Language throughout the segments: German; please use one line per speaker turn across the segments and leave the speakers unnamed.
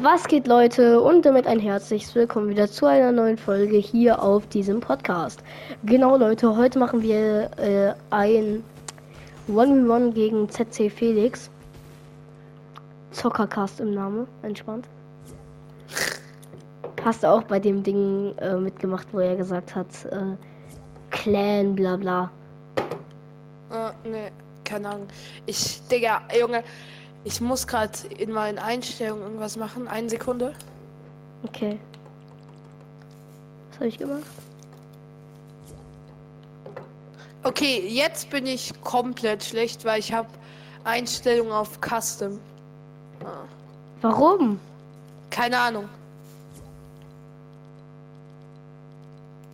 Was geht Leute und damit ein herzliches Willkommen wieder zu einer neuen Folge hier auf diesem Podcast. Genau Leute, heute machen wir äh, ein 1v1 gegen ZC Felix. Zockercast im Namen, entspannt. Hast du auch bei dem Ding äh, mitgemacht, wo er gesagt hat, äh, Clan, bla bla.
Äh, nee, keine Ahnung. Ich, Digga, Junge, ich muss gerade in meinen Einstellungen irgendwas machen. Eine Sekunde.
Okay. Was habe ich gemacht?
Okay, jetzt bin ich komplett schlecht, weil ich habe Einstellungen auf Custom. Ah,
Warum?
Keine Ahnung.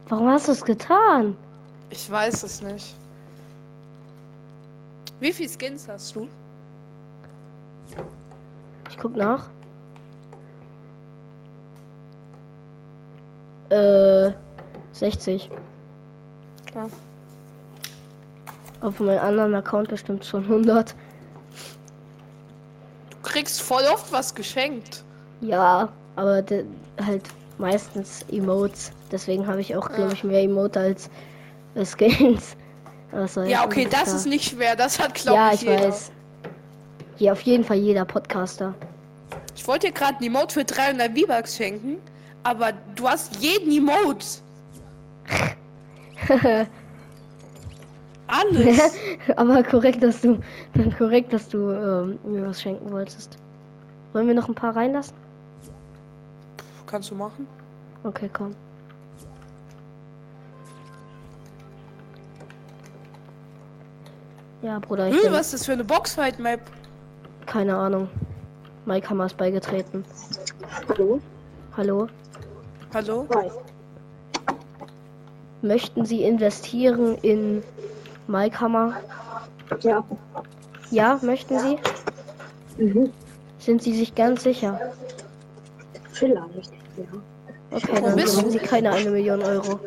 Warum hast du es getan?
Ich weiß es nicht. Wie viel Skins hast du?
Ich guck nach. Äh, 60.
Ja.
Auf meinem anderen Account bestimmt schon 100.
Du kriegst voll oft was geschenkt.
Ja, aber de- halt meistens Emotes. Deswegen habe ich
Ah.
auch, glaube ich, mehr Emote als äh, Skins. Aber was soll
Ja,
ich
okay,
denn
das
da?
ist nicht schwer. Das hat, glaube
Ja,
ich,
ich
jeder.
weiß. Hier auf jeden Fall jeder Podcaster.
Ich wollte dir gerade ein Emote für 300 V-Bucks schenken, aber du hast jeden Emote. Alles.
aber korrekt, dass du, korrekt, dass du ähm, mir was schenken wolltest. Wollen wir noch ein paar reinlassen?
Kannst du machen?
Okay, komm. Ja, Bruder, ich
Hm,
bin,
was ist das für eine Boxfight-Map?
keine Ahnung. Mike Hammer ist beigetreten.
Hallo?
Hallo?
Hallo?
Möchten Sie investieren in Mike Hammer?
Ja.
Ja, möchten Sie?
Mhm.
Sind Sie sich ganz sicher?
Vielleicht, ja.
Okay, dann
bist du?
brauchen Sie keine eine Million Euro.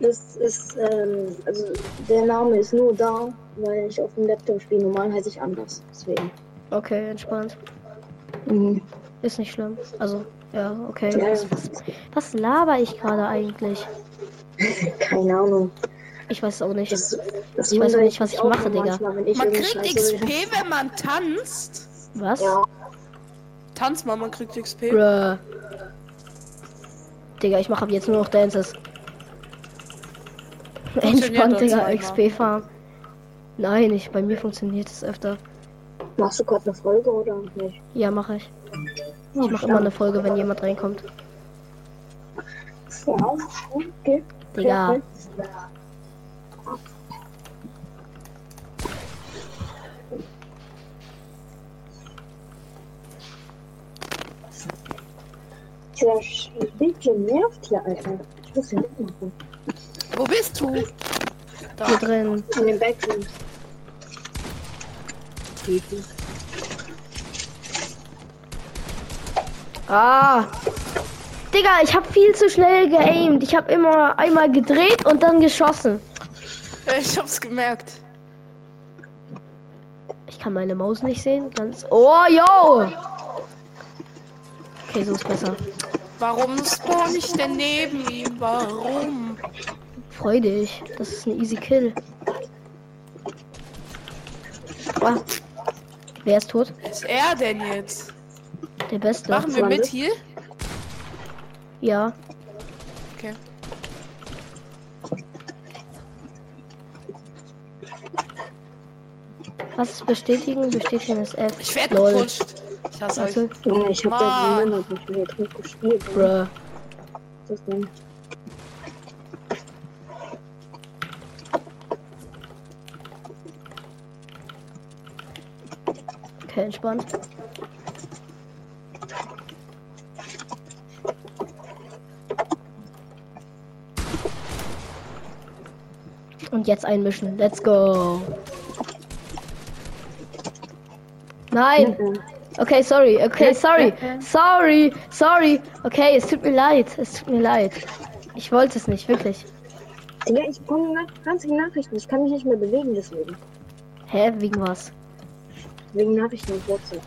Das ist, ähm, also der Name ist nur da, weil ich auf dem Laptop spiele. Normal heiße ich anders. Deswegen.
Okay, entspannt.
Mhm.
Ist nicht schlimm. Also, ja, okay.
Ja,
Was, was, was laber ich gerade eigentlich?
Keine Ahnung.
Ich weiß es auch nicht.
Das, das
Ich weiß
wundere
nicht, was
mich
ich
auch
mache,
manchmal, wenn ich
Man
irgendwie
kriegt
scheiße-
XP, wenn man tanzt.
Was?
Ja,
Tanz mal, man kriegt XP.
Bruh. Digga, ich mache ab jetzt nur noch Dances. Entspannt,
Funktioniert
Digga,
das
XP farm. Nein, ich, bei mir funktioniert es öfter.
machst du gerade eine Folge oder nicht?
Ja, mache ich.
Ja,
Ich mache immer eine Folge, wenn jemand reinkommt.
Ja, okay.
Digga.
Okay. Dieser Bildschirm nervt hier, Alter. Ich muss den mitmachen.
Wo bist du?
Hier drin.
In den Backrooms.
Ah! Digga, ich habe viel zu schnell geaimt. Ich habe immer einmal gedreht und dann geschossen.
Äh, Ich hab's gemerkt.
Ich kann meine Maus nicht sehen. Ganz. Oh, yo! Okay, so ist besser.
Warum spawn ich denn neben ihm? Warum?
Freu dich. Das ist ein easy Kill. Ah. Wer ist tot?
Ist er denn jetzt?
Der Beste.
Machen wir mit hier?
Ja.
Okay.
Was ist bestätigen? Bestätigen ist F.
Ich werde
Lol.
gepusht. Ich hasse euch.
Warte.
Ja, ich hab da
Mann.
einen Monat nicht mehr drin gespielt.
Bruh.
Was ist das denn?
Okay, entspannt. Und jetzt einmischen. Let's go. Nein. Okay, sorry. Okay, sorry. Sorry. Sorry. Okay, es tut mir leid. Es tut mir leid. Ich wollte es nicht, wirklich.
Digga, ich bekomme nach- ganze Nachrichten. Ich kann mich nicht mehr bewegen deswegen.
Hä, wegen was?
Wegen Nachrichten und WhatsApp.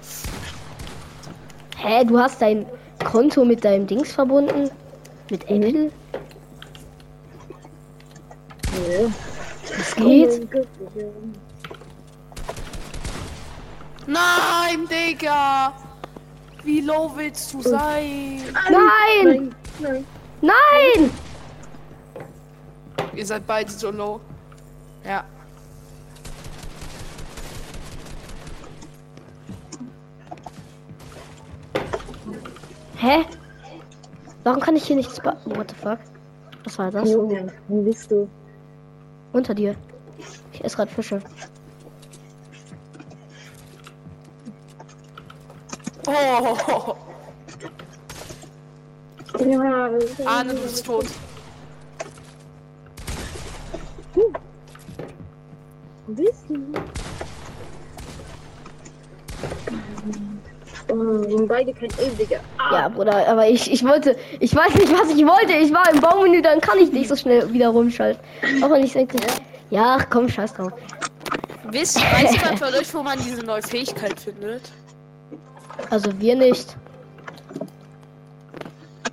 Hä, du hast dein Konto mit deinem Dings verbunden? Mit Apple?
Nö. Oh
Das geht?
Nein, Digga! Wie low willst du sein?
Nein!
Nein! Nein!
Nein!
Ihr seid beide so low. Ja.
Hä? Warum kann ich hier nichts be... What the fuck? Was war das?
Junge, wo bist du?
Unter dir. Ich esse gerade Fische.
Oh,
Ja,
Arne, du bist tot.
wo bist du? Oh, wir haben beide kein Aim, Digga. Ah,
Ja, Bruder, aber ich, ich wollte... Ich weiß nicht, was ich wollte. Ich war im Baumenü, dann kann ich nicht so schnell wieder rumschalten. Auch wenn ich denke... Ja, ach komm, scheiß drauf.
Wisst, weiß jemand von euch, wo man diese neue Fähigkeit findet?
Also wir nicht.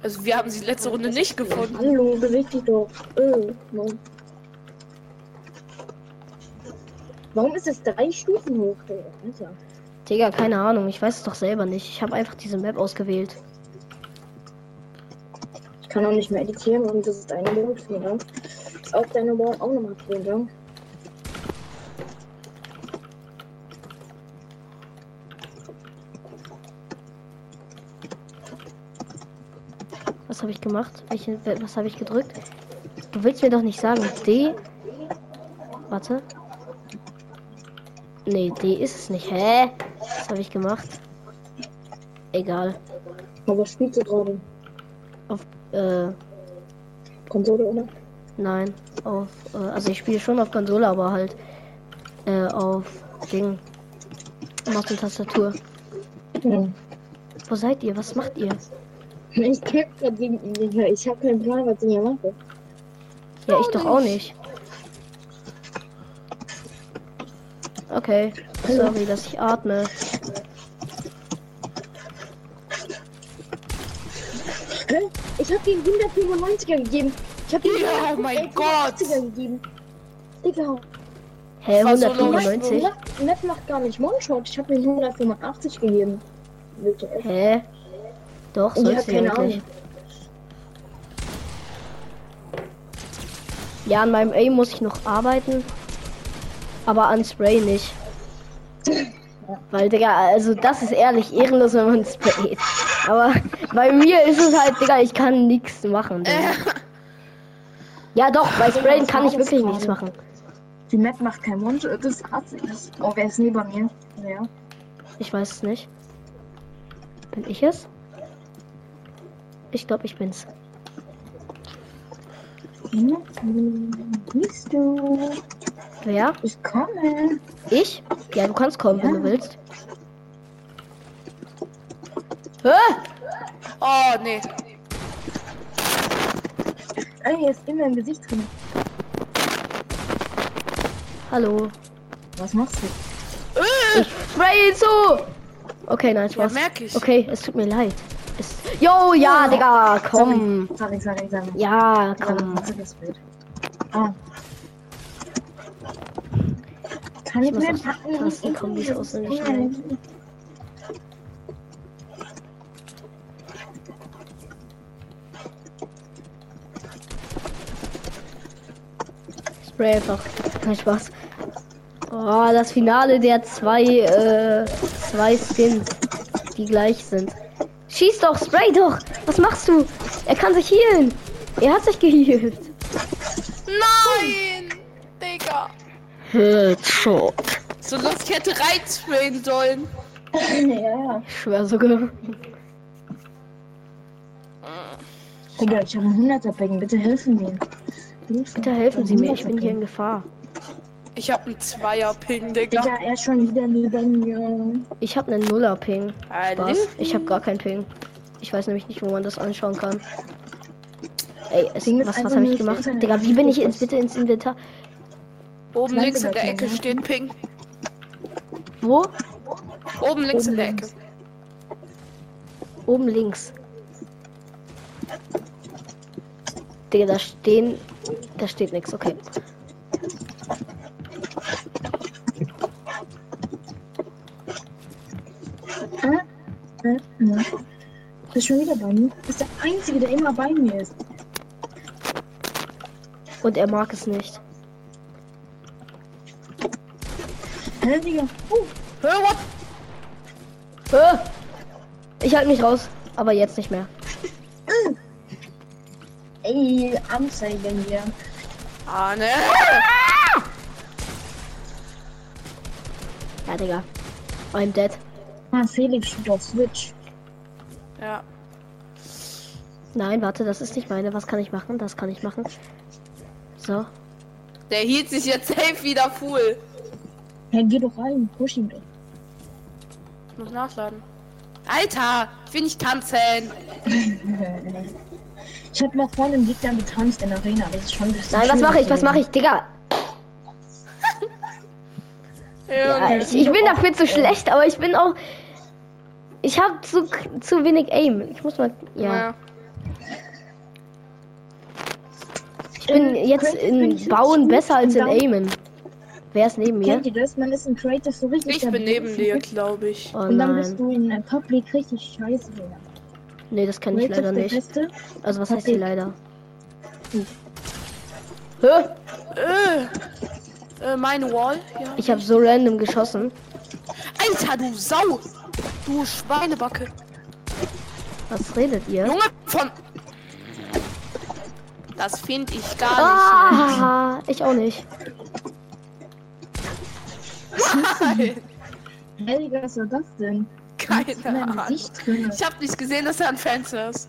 Also wir haben sie letzte Runde nicht gefunden.
Hallo, beweg dich doch. Äh, Mann. Warum ist es drei Stufen hoch, Digga? Alter.
Digga, keine Ahnung. Ich weiß es doch selber nicht. Ich habe einfach diese Map ausgewählt.
Ich kann auch nicht mehr editieren und das ist deine Mauer. Vielen Dank. Ist auch deine Mauer auch nochmal vielen Dank.
Was habe ich gemacht? Welche, wel- was habe ich gedrückt? Du willst mir doch nicht sagen. D. Warte. Nee, D ist es nicht. Hä? Was habe ich gemacht? Egal.
Aber spielst du gerade?
Auf, äh,
Konsole, oder?
nein. Auf, äh, also ich spiele schon auf Konsole, aber halt, äh, auf Ding. Maus und Tastatur.
Ja.
Wo seid ihr? Was macht ihr?
Ich kämpfe gerade gegen ihn, Digga. Ich habe keinen Plan, was ich hier mache.
Ja, ich doch auch nicht. Okay, sorry, dass ich atme.
Hä? Ich habe gegen 195er gegeben. Ich habe gegen
Ja, mein
195er gegeben. Digga,
Hä,
war so low.
195?
Map, Map macht gar nicht One-Shot. Ich habe ihm 185 gegeben. Wirklich.
Hä? Doch,
Ich
so
hab
ist
keine
eigentlich.
Ahnung.
Ja, an meinem Aim muss ich noch arbeiten. Aber an Spray nicht. Weil, Digga, also das ist ehrlich ehrenlos, wenn man sprayt. Aber bei mir ist es halt, Digga, ich kann nichts machen. Digga. Ja doch, bei Also, Sprayen kann ich wirklich nichts machen.
Die Map macht keinen One-Shot. Das ist artig. Oh, wer ist neben mir? Ja.
Ich weiß es nicht. Bin ich es? Ich glaube, ich bin's.
Hm? Siehst du?
Wer?
Ich komme.
Ich? Ja, du kannst kommen, wenn du willst. Hä?
Oh, nee.
Ey, er ist in meinem Gesicht drin.
Hallo.
Was machst du?
Äh,
Spray ihn zu! Okay, nein,
ja,
Spaß.
merk ich.
Okay, es tut mir leid. Es... Oh. Jo, ja, Digga, komm.
Sorry, sorry, sorry.
Ja,
Komm,
komm.
was ist das Bild? Ähm, Ah. Kann
Ich
ich,
muss
mir
auch die Tastenkombis auswendig lernen. Spray einfach. Kein Spaß. Oh, das Finale der zwei, äh, zwei Skins, die gleich sind. Schieß doch, spray doch! Was machst du? Er kann sich healen! Er hat sich gehealt.
Nein! Digga!
Headshot.
So lustig ich hätte reinspringen sollen.
Ja, ja.
Ich schwör sogar.
Digga, ich habe ein 100er Becken. Bitte helfen mir.
Bitte helfen Sie mir, ich bin hier in Gefahr.
Ich hab einen Zweier-Ping, Digga.
Digga, er ist schon wieder neben mir.
Ich habe einen Nuller-Ping.
Alter.
Was? Ich habe gar keinen Ping. Ich weiß nämlich nicht, wo man das anschauen kann. Ey, es,
Ding ist
was, was
einfach
habe ich
nur
gemacht?
das Internet.
Digga, wie bin ich ins, bitte ins Inventar?
Oben links in der
Kneipe
Ecke
da
steht Ping.
Wo?
Oben links in der Ecke.
Oben links. Digga, da stehen. Da steht nichts, okay.
Äh, ne. Ist schon wieder bei mir. Ist der Einzige, der immer bei mir ist.
Und er mag es nicht.
Hä, Digga? Oh,
Hör, what?
Äh, Ich halte mich raus, aber jetzt nicht mehr.
ey, Anzeigen hier.
Ah, ne.
Ja, Digga. I'm dead.
Ah, Felix spielt auf Switch.
Ja.
Nein, warte, das ist nicht meine. Was kann ich machen? Das kann ich machen. So.
Der hielt sich jetzt safe wieder full.
Hey, geh doch rein, push ihn doch.
Ich muss nachladen. Alter, ich will nicht tanzen.
Ich hab mal vor einem Gegner getanzt in der Arena, das ist schon ein bisschen
Nein, was
schwierig
mache ich? Was
gewesen.
mache ich, Digga?
Ja.
Ja, Ah, ich, ich bin dafür zu schlecht, aber ich bin auch. Ich habe zu, zu wenig Aim. Ich muss mal. Ja.
Ja.
Ich bin
Ähm,
jetzt
Crates bin ich
in
so
Bauen
gut
besser als in
im Down-
Aimen. Wer ist neben mir?
Kennt ihr das? Man ist in Creative so richtig
Ich bin
stabil.
neben dir, glaube ich.
Oh
Und dann
nein.
bist du in äh, Public richtig scheiße. Digga.
Nee, das kann ich
Creative
leider
der
nicht.
Beste.
Also, was heißt
Okay.
hier leider?
Hm.
Hä?
Äh, äh, meine Wall. Ja.
Ich habe so random geschossen.
Alter, du Sau. Du Schweinebacke.
Was redet ihr?
Junge von... Das finde ich gar
Ah, ich auch nicht.
nicht. Nein.
Hey, Digga, was war das denn? Ist in
Keine
deinem
Ahnung.
Gesicht drin.
Ich hab nicht gesehen, dass er ein Fenster ist.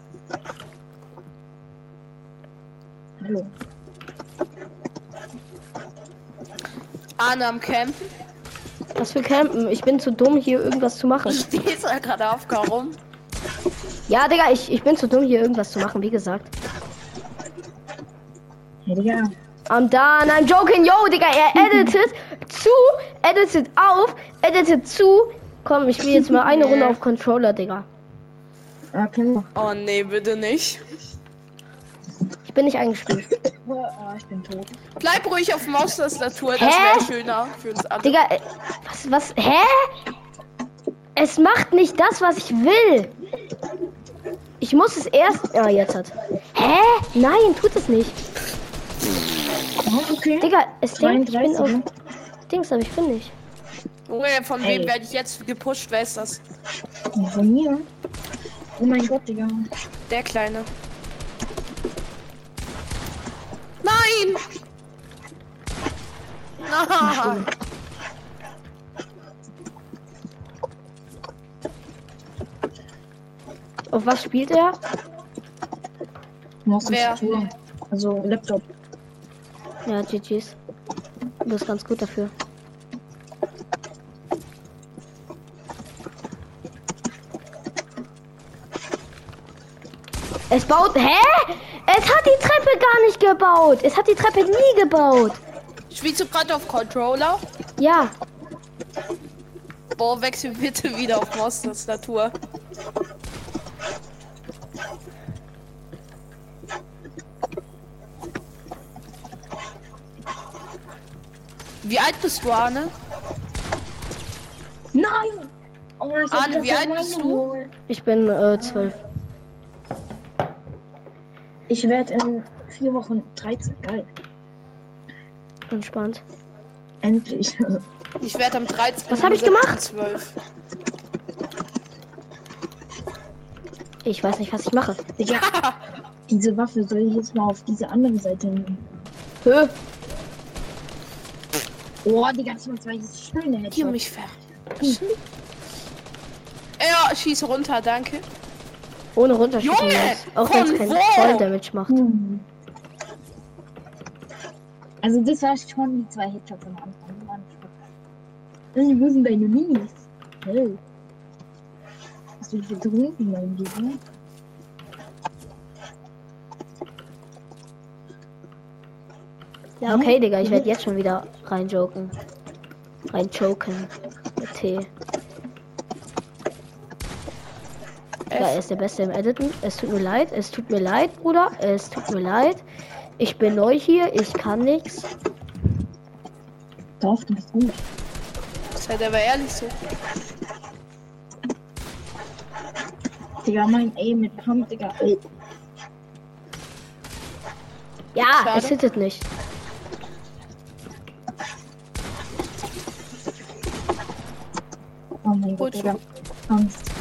Hallo.
Arne am Campen.
Was für Campen? Ich bin zu dumm, hier irgendwas zu machen.
Stehst du gerade auf, warum?
Ja, Digga, ich, ich bin zu dumm, hier irgendwas zu machen, wie gesagt.
Hey, Digga.
I'm done, I'm joking, yo, Digga, er editet zu, editet auf, editet zu. Komm, ich spiele jetzt mal eine Runde auf Controller, Digga.
Ah, kenn doch.
Oh nee, bitte nicht.
Ich bin nicht eingespielt.
Ah, ich bin tot.
Bleib ruhig auf Maustastatur, das
Hä?
wäre schöner für uns alle.
Digga, äh, was, was, hä? Es macht nicht das, was ich will. Ich muss es erst. Ah, jetzt hat. Hä? Nein, tut es nicht.
Oh, okay.
Digga, es denkt, ich bin
32.
auf
ne?
Dings, aber ich bin nicht.
Junge, Oh, von
Ey.
wem werde ich jetzt gepusht? Wer ist das?
Ja, Von mir. Oh mein Gott, Digga.
Der Kleine. Nein! Nein!
Auf was spielt er?
Noch
Wer?
Also Laptop.
Ja, GG's. Du bist ganz gut dafür. Es baut. Hä? Es hat die Treppe gar nicht gebaut. Es hat die Treppe nie gebaut.
Spielst du gerade auf Controller?
Ja.
Boah, wechsel bitte wieder auf Maustastatur. Wie alt bist du, Arne?
Nein! Oh, ich
Arne, wie alt bist du?
Ich bin äh, zwölf.
Ich werde in vier Wochen 13. Geil.
Entspannt.
Endlich.
Ich werde am 13.
Was hab ich gemacht?
12.
Ich weiß nicht, was ich mache.
Digga, diese Waffe soll ich jetzt mal auf diese andere Seite nehmen.
Hö.
Oh, Digga, das war das
Hier
schöne Headshot.
mich ver. Ja, schieß runter, danke.
Ohne runterschießen.
Junge,
Jungs. Auch wenn es
von
keinen
wo?
Voll-Damage macht.
Hm. Also das war schon die zwei Headshots am Anfang. die waren schon- Ey, wo sind deine Minis? Hey. Hast du dich getrunken, mein Gegner?
Ja, okay, Digga, ich werde jetzt schon wieder reinjoken. Reinjoken. Mit T. Ja, er ist der Beste im Editen. Es tut mir leid, es tut mir leid, Bruder. Es tut mir leid. Ich bin neu hier, ich kann nichts.
Doch, du bist gut.
Seid halt aber ehrlich so.
Digga, mein Aim mit Pump, Digga. Oh Ey,
Ja,
Schade.
es hittet nicht.
Oh mein
Gut
Gott,
so.
Digga. Angst.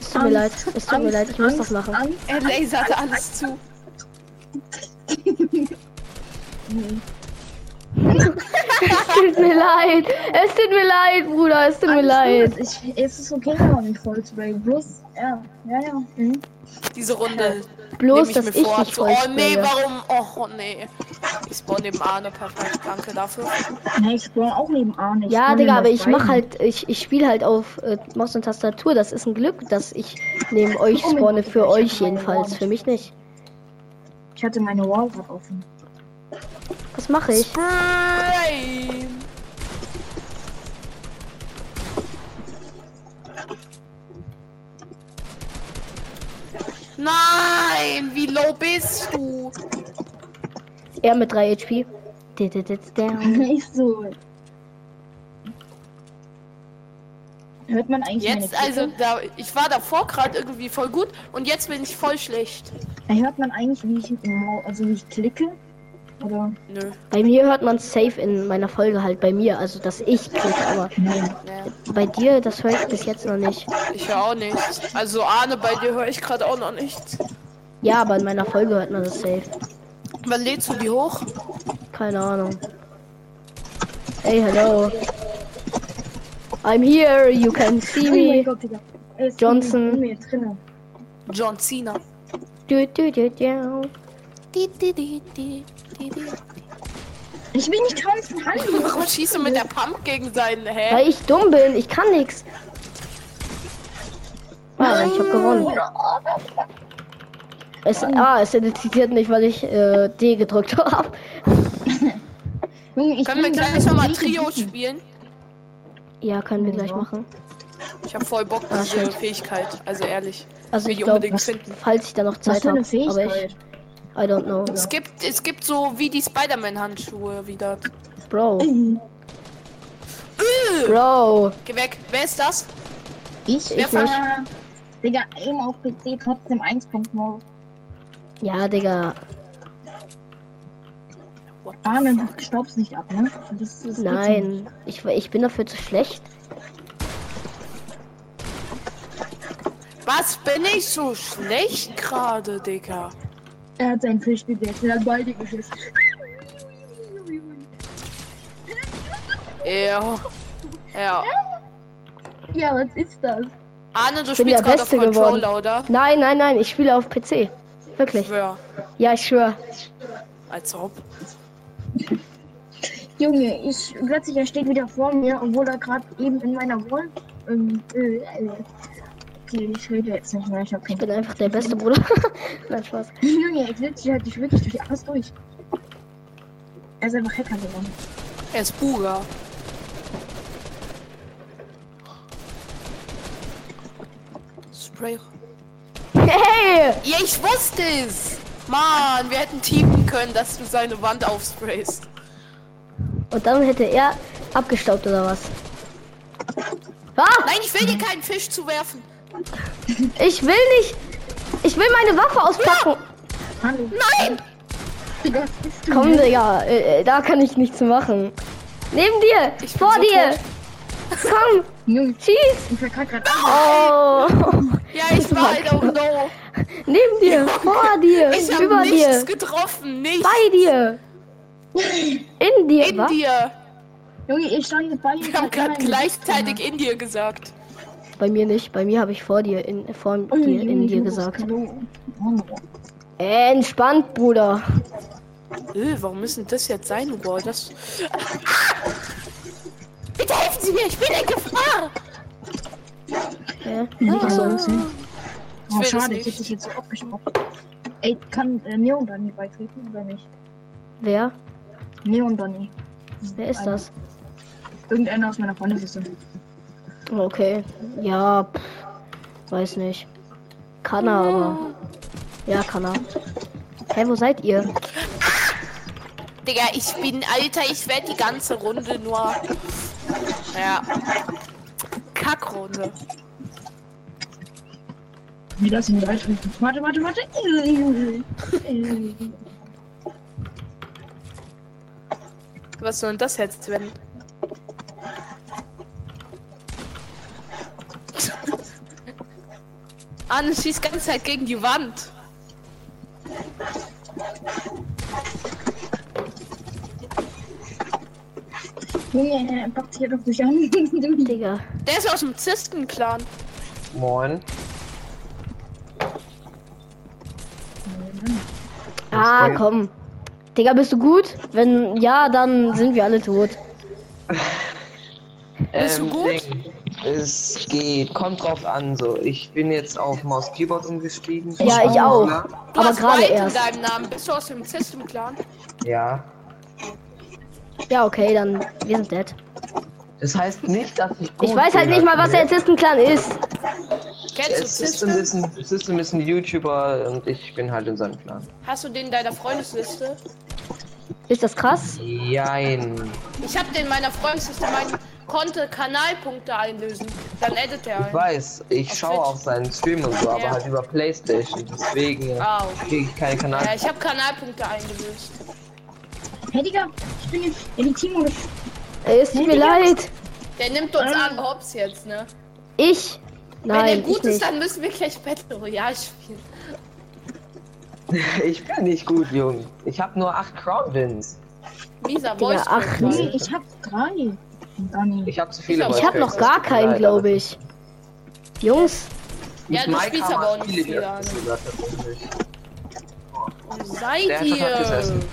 Es tut mir leid, es tut mir leid, ich muss das machen.
Angst.
Er laserte alles zu.
Nee.
Es tut mir leid, es tut mir leid, Bruder, es tut mir
Alles
leid.
gut, Ich, es ist okay, wenn man mich voll spray. Bloß, ja, ja, ja. Mhm.
Diese Runde.
Bloß,
nehme
dass ich dich
zu-
voll
oh nee,
springe.
warum? Oh nee. Ich spawn neben Arne, perfekt. Danke dafür.
Nee, ich spawn auch neben A nicht.
Ja, Digga, aber ich mach halt, ich, ich spiele halt auf äh, Maus und Tastatur. Das ist ein Glück, dass ich neben euch
Oh mein
spawne.
Gott,
Für
ich
euch
hab meine
jedenfalls,
Ohren.
für mich nicht.
Ich hatte meine Wall gerade offen.
Was mache ich?
Spray! Nein, wie low bist du?
Er mit 3 HP. Dit, dit, dit, down.
Nicht so. Hört man eigentlich
Jetzt
meine
also,
Kicke?
da, ich war davor gerade irgendwie voll gut und jetzt bin ich voll schlecht.
Hört man eigentlich, wie ich, im Mau- also wie ich klicke? Oder?
Nö.
Bei mir hört man safe in meiner Folge halt bei mir, also dass ich klicke, aber
Nein.
Nee,
bei dir, das höre ich bis jetzt noch nicht.
ich höre auch nichts. Also Arne, bei dir höre ich gerade auch noch nichts.
Ja, aber in meiner Folge hört man das safe.
Wann lädst du die hoch?
Keine Ahnung. Hey, hello. I'm here, you can see
Oh mein
me.
Gott, Digga. Äh, Er ist
Johnson.
In mir, in mir drinne.
John Cena.
Du, du, du, du.
Di, di, di, di, di, di.
Ich will nicht tanzen, hallo.
Warum schießt du mit der Pump gegen seinen Hä?
Weil ich dumm bin, ich kann nix. Ah, ich hab gewonnen. Es, ah, es identifiziert nicht, weil ich äh, D gedrückt habe.
Junge, ich
Können wir
bin
gleich
da-
nochmal
ich bin
Trio
gewichen.
spielen?
Ja, können wir gleich
Ja.
machen.
Ich habe voll Bock auf diese Fähigkeit, also ehrlich.
Also
Will
ich
die
glaube,
unbedingt finden.
falls ich da noch
Was
Zeit
für
habe.
eine
Aber ich,
Fähigkeit?
I don't know.
Es gibt, es gibt so wie die Spider-Man-Handschuhe wieder.
Bro,
Mhm.
Bro.
Geh weg. Wer ist das?
Äh. Ich,
Wer
ich
fang-
war, Digga, eben auf PC trotzdem 1.0.
Ja, Digga.
Arne, du staubst nicht ab, ne? Das ist
Nein. Ich, ich bin dafür zu schlecht.
Was bin ich so schlecht gerade, Digga?
Er hat seinen Fisch gegessen, er hat beide geschissen.
Ja. Ja.
Ja, was ist das?
Arne, du
bin
spielst
der
gerade auf
Beste
Controller,
geworden.
oder?
Nein, nein, nein. Ich spiele auf PC. Wirklich.
Ja.
Ja, ich schwöre.
Als ob.
Junge, ich plötzlich, er steht wieder vor mir, obwohl er gerade eben in meiner Wall. Ähm, äh, äh, okay, ich rede jetzt nicht mehr, ich hab
Ich
keinen.
bin einfach der beste Bruder. nein, Spaß.
Junge, ich glitsch halt dich wirklich durch alles durch. Er ist einfach Hacker geworden.
Er ist Buga. Spray.
Hey!
Ja, ich wusste es! Mann, wir hätten teamen können, dass du seine Wand aufsprayst.
Und dann hätte er abgestaubt oder was? Ah!
Nein, ich will dir keinen Fisch zuwerfen.
Ich will nicht. Ich will meine Waffe auspacken.
Hallo.
Nein!
Digga, was bist du?
Komm, Digga. Äh, äh, da kann ich nichts machen. Neben dir.
Ich bin
vor
so
dir.
tot.
Komm.
Junge,
Schieß.
ich verkack grad.
Oh.
Ja, ich war I don't know.
Neben dir, vor dir,
Ich habe
über dir,
nichts getroffen. Nichts.
bei dir, in dir,
In
wa?
dir.
Junge, ich stand jetzt bei ihm.
Wir haben gerade
gerade
gleichzeitig in dir gesagt.
Bei mir nicht, bei mir habe ich vor dir, in, vor
Oh,
dir, in dir gesagt. Entspannt, Bruder.
Äh, warum ist denn das jetzt sein Wall? Das. Ah! Bitte helfen Sie mir, ich bin in Gefahr!
Ja.
Nicht so
Ah.
müssen.
will
Oh,
das
schade,
nicht.
ich hätte dich jetzt so abgesprochen. Ey, kann äh, Neon Donny beitreten oder nicht?
Wer?
Neon Donny.
Wer ist das?
Irgendeiner aus meiner Freundesliste.
Okay. Ja, pff. Weiß nicht. Kann er aber. Ja, kann er. Hä, wo seid ihr?
Digga, ich bin, Alter, ich werde die ganze Runde nur. Ja. Kackrunde.
Wie das in Deutschland. Warte, warte, warte. Äh,
Was soll denn das jetzt, wenn. Anne schießt ganze Zeit gegen die Wand.
Junge, er packt sich doch durch an. Du-
Digga.
Der ist aus dem Zisten-Clan.
Moin.
Ah,
denn?
komm. Digga, bist du gut? Wenn ja, dann sind wir alle tot.
Bist du gut?
Ähm, Ding, es geht, kommt drauf an so. Ich bin jetzt auf Maus Keyboard umgestiegen.
Ja, ich auch.
Du
Aber
hast
gerade
White
erst.
in deinem Namen. Bist du aus dem Zisten-Clan?
Ja.
Ja, okay, dann wir sind dead.
Das heißt nicht, dass ich gut
Ich weiß halt
bin,
nicht mal, was
also,
der Assistenclan ist.
Kennst du
Es ist ein
Zisten?
bisschen, es ist ein bisschen YouTuber und ich bin halt in seinem Plan.
Hast du den in deiner Freundesliste?
Ist das krass?
Jein.
Ich hab den meiner Freundesliste meinen konnte Kanalpunkte einlösen. Dann edit er
Ich
ein.
weiß, ich
Auf
schaue
Twitch.
auf seinen Stream und so, aber
Ja.
halt über Playstation. Deswegen
Ah, okay.
kriege ich keinen Kanal.
Ja, ich hab Kanalpunkte eingelöst.
Hey, Digga, ich bin jetzt. Ja, die Timo, das
Ey, Äh, Es tut mir leid.
Der nimmt uns
Ah.
an, Hops jetzt, ne?
Ich?
Wenn er
Nein, ich
gut ist,
nicht.
dann müssen wir gleich Battle Royale spielen.
Ich bin nicht gut, Junge. Ich habe nur 8 Crown Wins.
Misa
Digga,
Voice.
ach,
Nee,
Profile.
ich hab drei. Gar nicht.
Ich habe zu viele.
Ich hab-
Ich hab
Voice
noch
Cracks,
gar
das tut mir
keinen,
leid,
glaube
aber
ich. Jungs,
mit
Ja, du
Mike
spielst
haben
aber auch
viele
nicht viel
Leute
an.
sogar tatsächlich.
Wo
Der
Seid
hat schon
ihr?
abgesessen.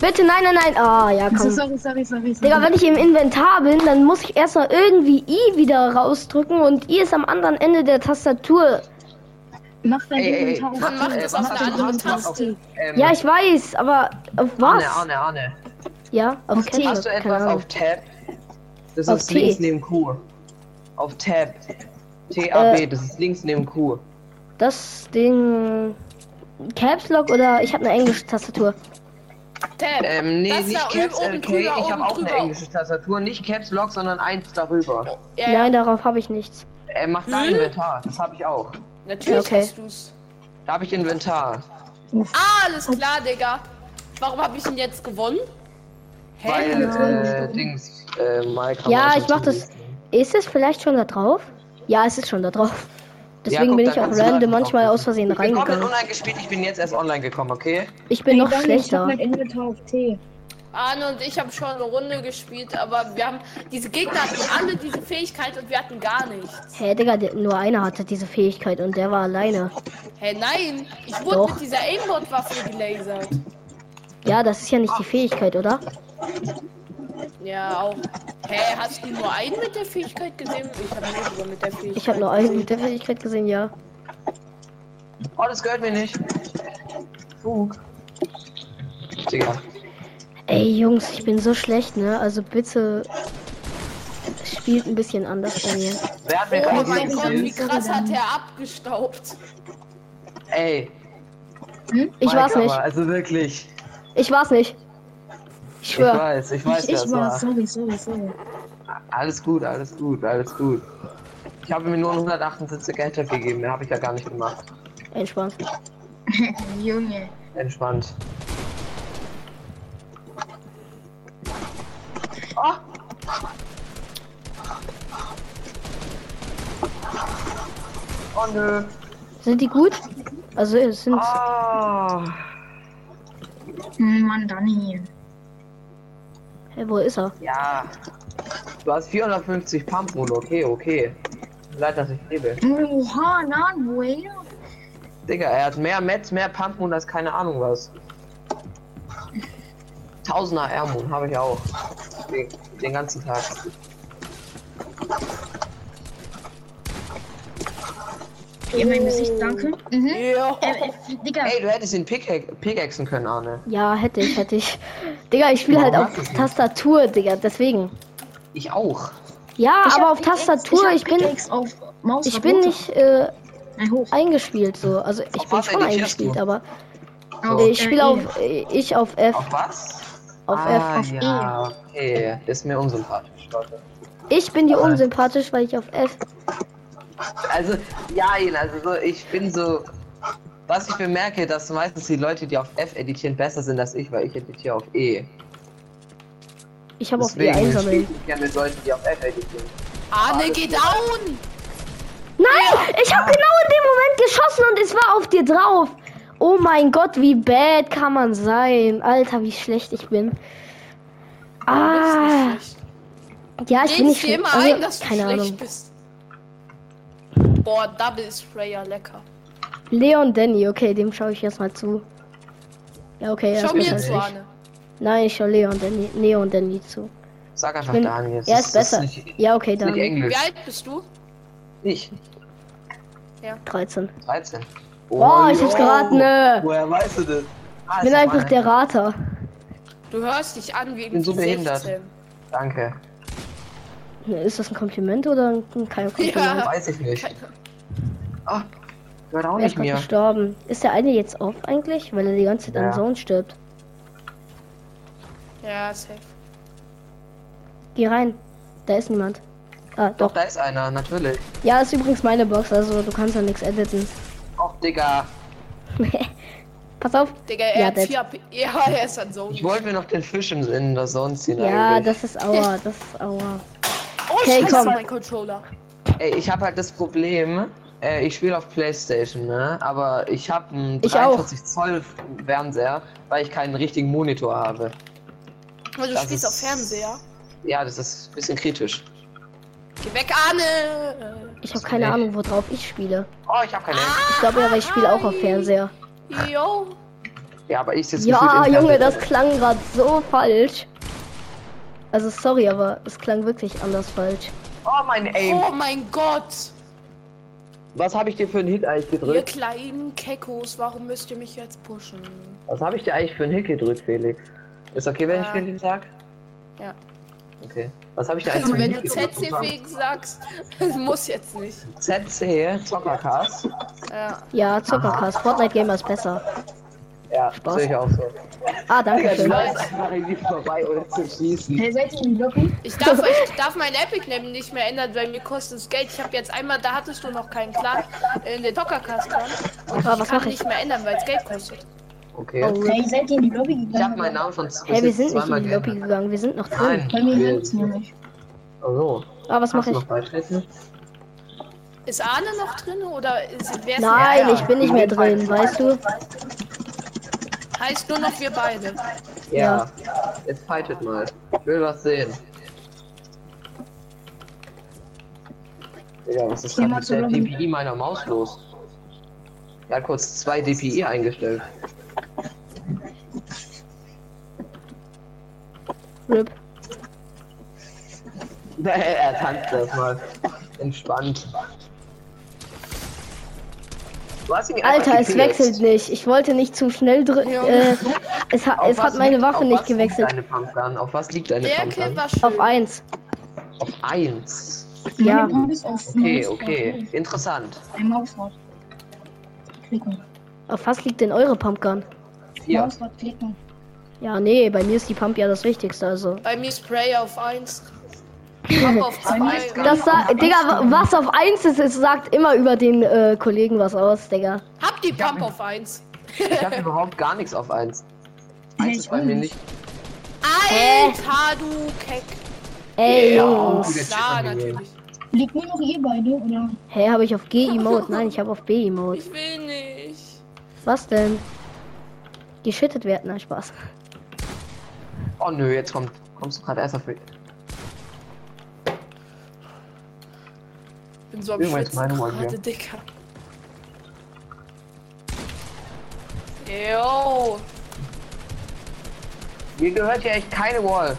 bitte, nein, nein, nein. Ah, ja, komm.
So, sorry, sorry, sorry. sorry.
Digga, wenn ich im Inventar bin, dann muss ich erstmal irgendwie I wieder rausdrücken und I ist am anderen Ende der Tastatur.
Mach dein
Ey, ey, ey,
Inventar auf.
Dann mach
Ey,
das
was
auf
hast
eine
du-
andere
was hast du-
Taste.
Ähm,
Ja, ich weiß, aber auf was?
Arne, Arne, Arne.
Ja, auf
T.
Ketchup,
Hast du
keine
etwas
Ahnung.
auf Tab? Das
Auf
ist
T.
links neben Q. Auf Tab. T-A-B,
Äh,
das ist links neben Q.
Das Ding. Caps Lock oder ich habe eine englische Tastatur.
Tab.
Ähm, nee,
Das ist
nicht
da
Caps
oben
LK,
drüber,
ich
oben
habe auch eine
drüber.
englische Tastatur. Nicht Caps Lock, sondern eins darüber.
Ja, ja,
Nein, darauf habe ich nichts.
Äh, mach da
Hm?
Inventar, das habe ich auch.
natürlich
Okay.
hast du's.
Da habe ich Inventar.
Ah, alles klar, Digga. Warum hab ich ihn jetzt gewonnen? Hä?
Weil, äh, Dings, äh, Mike haben
Ja,
wir
ich mach das-
schon-
Ist es vielleicht schon da drauf? Ja, es ist schon da drauf. Deswegen
guck,
bin
da
ich auch
kannst du
random
draufklicken.
manchmal aus Versehen
Ich bin komplett
reingegangen.
online gespielt, ich bin jetzt erst online gekommen, okay?
Ich bin noch
Digga, Ich hab
schlechter.
mein Inventar auf T.
Arne und ich haben schon eine Runde gespielt, aber wir haben diese Gegner hatten alle diese Fähigkeit und wir hatten gar nichts.
Hä, Digga, der, nur einer hatte diese Fähigkeit und der war alleine.
Hä, nein, ich wurde
Doch.
mit dieser Aimbot-Waffe gelasert.
Ja, das ist ja nicht die Fähigkeit, oder?
Ja, auch. Hä, hast du nur einen mit der Fähigkeit gesehen? Ich habe nur sogar mit der Fähigkeit.
Ich habe nur einen mit der Fähigkeit gesehen, ja.
Oh, das gehört mir nicht. Fug. Digga.
Ey, Jungs, ich bin so schlecht, ne? Also bitte spielt ein bisschen anders bei mir.
Wer hat mir
Oh
gerade
mein
hier
Gott, wie
gespielt?
krass hat er abgestaubt.
Ey,
Ich
Mike,
war's
aber,
nicht.
Also wirklich.
Ich war's nicht. Ich
Ich
schwör.
weiß, ich weiß,
ich
wer es
war,
war.
sorry, sorry, sorry.
Alles gut, alles gut, alles gut. Ich habe mir nur 178 Geld gegeben, mehr habe ich ja gar nicht gemacht.
Entspannt.
Junge.
Entspannt. Oh! Oh nö.
Sind die gut? Also es sind.
Ah.
Hm, Mann, Dani.
Hey, wo ist er?
Ja. Du hast 450 Pumpen, okay, okay. Leid, dass ich lebe.
Oha, nein, woher?
Digga, er hat mehr Metz, mehr Pumpen als keine Ahnung was. Tausender Airmoon habe ich auch. Den, den ganzen Tag.
Ihr mein Gesicht, danke. Mhm.
Ja.
Äh, äh, Digga,
Ey, du hättest ihn pickaxe- pickaxen können, Arne.
Ja, hätte ich, hätte ich. Digga, ich spiele halt
Warum
auf
hast du's nicht?
Tastatur, Digga, deswegen.
Ich auch.
Ja,
ich
aber
hab
auf
Pickaxe-
Tastatur,
hab
ich bin.
Pickaxe Auf Maus
Ich bin nicht äh,
Nein, hoch.
eingespielt so. Also ich
Auf
bin
was
schon
editierst
eingespielt,
du?
aber
Auf
Oh.
ich spiele
E.
auf äh, ich auf F.
Auf was?
Auf
ah,
F.
auf E.
ja, okay. Ist mir unsympathisch, Leute.
Ich bin dir
Nein.
unsympathisch, weil ich auf F.
Also, ja, Ian, also so, ich bin so. Was ich bemerke, dass meistens die Leute, die auf F editieren, besser sind als ich, weil ich editiere auf E.
Ich habe auf E
Deswegen spiele
einsammeln.
ich gerne mit Leuten, die auf F editieren.
Arne, geh down!
Nein! Ich habe genau in dem Moment geschossen und es war auf dir drauf. Oh mein Gott, wie bad kann man sein? Alter, wie schlecht ich bin. Ah,
Das ist nicht schlecht.
ja, ich bin
Geh
nicht
dir immer
schlecht. Also,
ein, dass du
keine
schlecht
Ahnung.
bist. Boah, Double Sprayer, lecker.
Leon Danny, okay, dem schaue ich jetzt mal zu. Ja, okay, er ist
Schau mir
besser
zu,
als ich.
Arne.
Nein, ich schaue Leon Danny, Leon Danny zu.
Sag einfach
bin-
Daniel.
er ist besser.
Das ist nicht,
Ja, okay,
ist nicht
dann
Englisch.
Wie alt bist du?
Ich.
13.
13.
Boah, Oh, ich hab's
jo.
geraten. ne?
Oh, Woher weißt du das? Ah,
Ich bin
ist
einfach
meine.
der Rater.
Du hörst dich an wie
bin so
irgendwie
behindert.
16.
Danke.
Ist das ein Kompliment oder ein- kein Kompliment?
Ja.
Weiß ich nicht.
Keine-
Ah, gehört auch
Er ist
nicht
gerade
mir.
gestorben. Ist der eine jetzt auf eigentlich? Weil er die ganze Zeit
Ja.
am Zone stirbt.
Ja, safe.
Geh rein. Da ist niemand. Ah,
Doch,
doch.
da ist einer, natürlich.
Ja, ist übrigens meine Box, also du kannst ja nichts editen.
Och, Digga.
Pass auf.
Digga, er
Ja,
hat
das-
4 AP. Ja, er ist an so.
Ich wollte mir noch den Fisch in, in der Sonne ziehen.
Ja,
eigentlich.
das ist Aua. Das ist Aua.
Oh,
Okay,
scheiße,
komm.
mein Controller.
Ey, ich habe halt das Problem, äh, ich spiele auf Playstation, ne? Aber ich habe einen
Ich auch.
43 Zoll Fernseher, weil ich keinen richtigen Monitor habe.
Weil Also, du
Das
spielst
ist-
auf Fernseher.
Ja, das ist ein bisschen kritisch.
Geh weg, Arne!
Ich habe keine
Okay.
Ahnung, worauf ich spiele.
Oh, ich habe keine.
Ah!
Ich glaube aber, ich spiele auch auf Fernseher.
Äh, Yo!
Ja, aber ich sitze
Ja, Junge, das klang gerade so falsch. Also sorry, aber es klang wirklich anders falsch.
Oh, mein Aim.
Oh mein Gott!
Was habe ich dir für einen Hit eigentlich
Ihr
gedrückt?
kleinen Kekos, warum müsst ihr mich jetzt pushen?
Was habe ich dir eigentlich für einen Hit gedrückt, Felix? Ist okay, wenn ich
Ja.
den Hit sag?
Ja.
Okay. Was habe ich dir eigentlich
Also
für einen
wenn du
Hit gedrückt?
ZCW sagst, das muss jetzt nicht.
ZC, Zockercast.
Ja.
Ja, Zuckercast, Fortnite Gamer ist besser.
Ja,
Spaß.
sehe ich auch so.
Ah,
Digga,
danke
du
schön.
läufst einfach in die vorbei, ohne zu schießen.
Hey, seid ihr in die Lobby?
Ich darf, ich darf mein Epic Name nicht mehr ändern, weil mir kostet es Geld. Ich habe jetzt einmal, da hattest du noch keinen Clan, äh, in den Dockercast Clan. Und
Ah,
ich
was
kann
mach ich?
nicht mehr ändern, weil es Geld kostet.
Okay.
Oh,
Hey, seid ihr in die Lobby gegangen?
Ich habe meinen Namen von bis
Hey, wir
jetzt
sind nicht
zweimal
in die Lobby
geändert.
gegangen, wir sind noch drin.
Nein.
Bei mir
wir-
ging's nämlich.
Ach so.
Ah, was
Kannst
mache
du
ich?
noch beitreten?
Ist Arne noch drin oder ist, wer ist
Nein,
Ja,
ich bin nicht mehr drin, weißt du?
Heißt nur noch wir beide.
Ja. Jetzt fightet mal. Ich will was sehen. Digga, was ist
Geh
denn
mal
mit
zur
der
Lobby.
DPI meiner Maus los? Er hat kurz zwei DPI eingestellt.
RIP.
er tanzt erstmal. Entspannt. Du hast ihn einfach
Alter, es
gekillt.
wechselt nicht. Ich wollte nicht zu schnell drücken.
Ja.
Äh, es ha
Auf
es hat
was
meine
liegt-
Waffe
auf
nicht
was liegt
gewechselt.
Deine Pumpgun? Auf was liegt deine
Der Kill
Pumpgun?
war schön.
Auf 1.
Auf 1.
Ja.
Meine Bombe ist auf
Okay,
Mauswort.
okay. Interessant.
Ein Mauswort. Klicken.
Auf was liegt denn eure Pumpgun?
Hier.
Mauswort klicken.
Ja, nee, bei mir ist die Pump ja das Wichtigste, also.
Bei mir ist Prey auf 1. Papa auf 2.
Das sa- Digga, wa- was auf 1 ist, es sagt immer über den äh, Kollegen was aus, Digga.
Hab die Pump auf 1.
Ich habe überhaupt gar nichts auf 1. 1 ist bei mir nicht.
Alter, du Keck.
Ey,
Ja.
Jungs.
Jetzt
Klar,
steht man hier.
natürlich.
Liegt nur noch ihr beide, oder?
Hä, habe ich auf G-Emote? Nein, ich habe auf B-Emote.
Ich will nicht.
Was denn? Geschüttet werden, nein, Spaß.
Oh nö, jetzt kommt, kommst du gerade erst auf mich.
Bin so am
Irgendwann ist
Schwitzen
meine Meinung,
gerade,
ja.
Dicker. Yo.
Mir gehört hier echt keine Wall.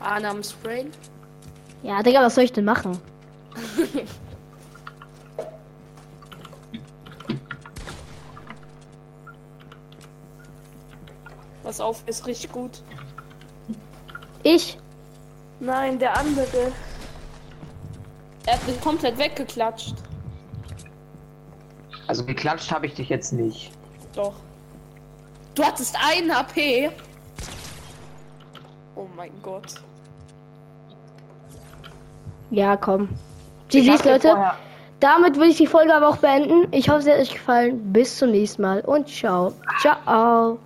Arne am Sprain.
Ja, Digga, was soll ich denn machen?
Pass auf, ist richtig gut.
Ich?
Nein, der andere. Er hat mich komplett weggeklatscht.
Also geklatscht habe ich dich jetzt nicht.
Doch. Du hattest einen HP. Oh mein Gott.
Ja, komm.
Ich
GG's,
hab dir
Leute.
vorher-
Damit will ich die Folge aber auch beenden. Ich hoffe, sie hat euch gefallen. Bis zum nächsten Mal und ciao. Ciao.